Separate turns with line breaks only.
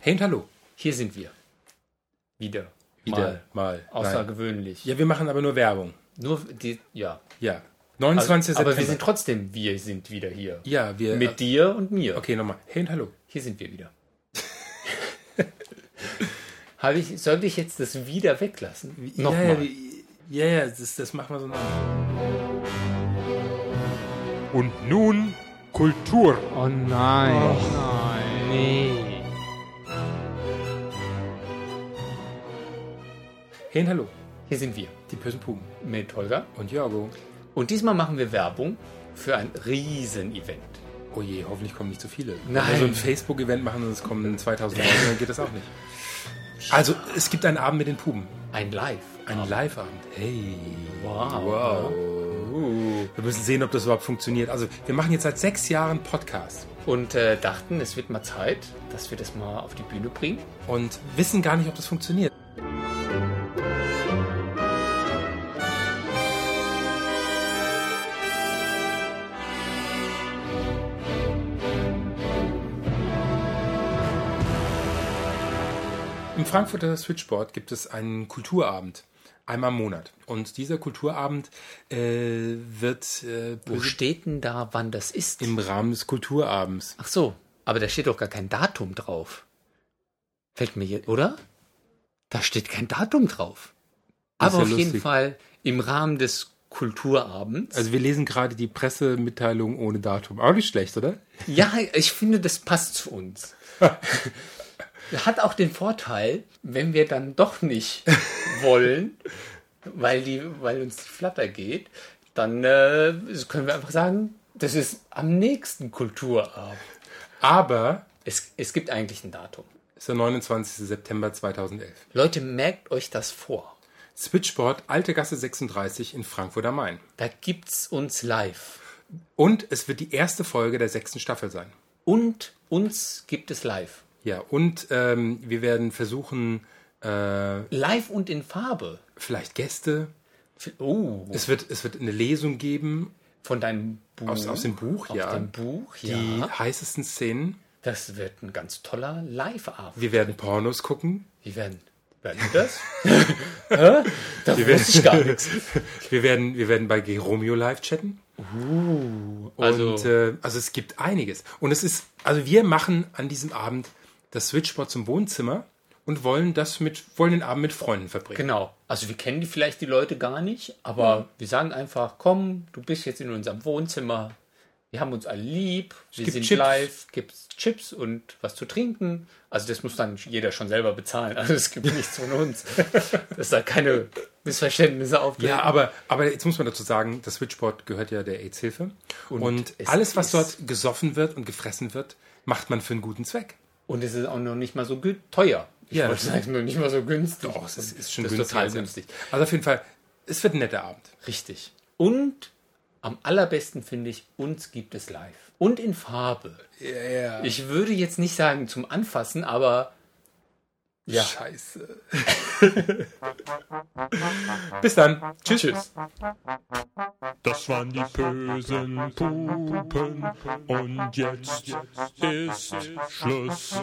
Hey und hallo, hier sind wir. Wieder.
Wieder mal. Nein.
Außergewöhnlich.
Ja, wir machen aber nur Werbung.
Nur die, ja.
Ja.
Also,
29.
aber wir sind
September.
trotzdem, wir sind wieder hier.
Ja, wir. äh,
Mit dir und mir.
okay, nochmal. Hey und hallo.
Hier sind wir wieder. Habe ich, sollte ich jetzt das wieder weglassen?
Ja, ja, wie- ja, ja das, das machen wir so noch.
Und nun Kultur.
Oh nein. nein. Nee.
Hey und hallo.
Hier sind wir
Die bösen Puben.
mit Holger.
Und Jorgo.
Und diesmal machen wir Werbung für ein Riesen-Event.
Oh je, hoffentlich kommen nicht so viele.
Nein.
Wenn wir so ein Facebook-Event machen und es kommen 2000 Leute, dann geht das auch nicht. Also, es gibt einen Abend mit den Puben.
Ein Live.
Einen Live-Abend. Hey.
Wow.
Wow. Wir müssen sehen, ob das überhaupt funktioniert. Also, wir machen jetzt seit sechs Jahren Podcast
Und äh, dachten, es wird mal Zeit, dass wir das mal auf die Bühne bringen.
und wissen gar nicht, ob das funktioniert. Im Frankfurter Switchboard gibt es einen Kulturabend. Einmal im Monat. Und dieser Kulturabend äh, wird äh,
Wo steht denn da, wann das ist?
im Rahmen des Kulturabends.
Ach so, aber da steht doch gar kein Datum drauf. Fällt mir jetzt, oder? Da steht kein Datum drauf.
Das ist
aber
ja
auf jeden
lustig.
Fall im Rahmen des Kulturabends.
Also wir lesen gerade die Pressemitteilung ohne Datum. Auch nicht schlecht, oder?
Ja, ich finde, das passt zu uns. Hat auch den Vorteil, wenn wir dann doch nicht wollen, weil, die, weil uns die Flatter geht, dann äh, können wir einfach sagen, das ist am nächsten Kulturabend.
Aber
Es, es gibt eigentlich ein Datum.
es ist der 29. September 2011.
Leute, merkt euch das vor.
Switchboard, Alte Gasse 36 in Frankfurt am Main.
Da gibt's uns live.
Und es wird die erste Folge der sechsten Staffel sein.
Und uns gibt es live.
Ja, und ähm, wir werden versuchen, äh,
Live und in Farbe.
vielleicht Gäste.
Oh,
Es wird, es wird eine Lesung geben
von deinem Buch.
aus, aus dem Buch,
Aus
ja.
dem Buch, ja.
Die heißesten Szenen.
Das wird ein ganz toller Live-Abend.
Wir werden Pornos gucken.
Wie werden, werden wir das? Hä? Da wusste ich gar nichts.
Wir werden, wir werden bei Geromeo live chatten.
Also,
Und äh, also es gibt einiges. Und es ist, also wir machen an diesem Abend das Switchboard zum Wohnzimmer und wollen das mit, wollen den Abend mit Freunden verbringen.
genau. Also wir kennen die vielleicht die Leute gar nicht, aber
Mhm.
wir sagen einfach, komm, du bist jetzt in unserem Wohnzimmer. Wir haben uns alle lieb, wir
gibt
sind
Chips.
live, gibt's Chips und was zu trinken. Also das muss dann jeder schon selber bezahlen. Also es gibt nichts von uns. Dass da keine Missverständnisse auftreten.
Ja, aber, aber jetzt muss man dazu sagen, das Switchboard gehört ja der AIDS-Hilfe. Und,
es
alles, was
ist-
dort gesoffen wird und gefressen wird, macht man für einen guten Zweck.
Und es ist auch noch nicht mal so gü- teuer. Ich
Ja,
wollte
das-
sagen, noch nicht mal so günstig.
Doch, es ist, ist schon
das
günstig.
Ist total
also.
günstig.
Also auf jeden Fall, es wird ein netter Abend.
Richtig. Und am allerbesten finde ich, uns gibt es live. Und in Farbe. Ich würde jetzt nicht sagen zum Anfassen, aber ja.
Scheiße. Bis dann. Tschüss. Tschüss.
Das waren die bösen Pupen. Und jetzt ist Schluss.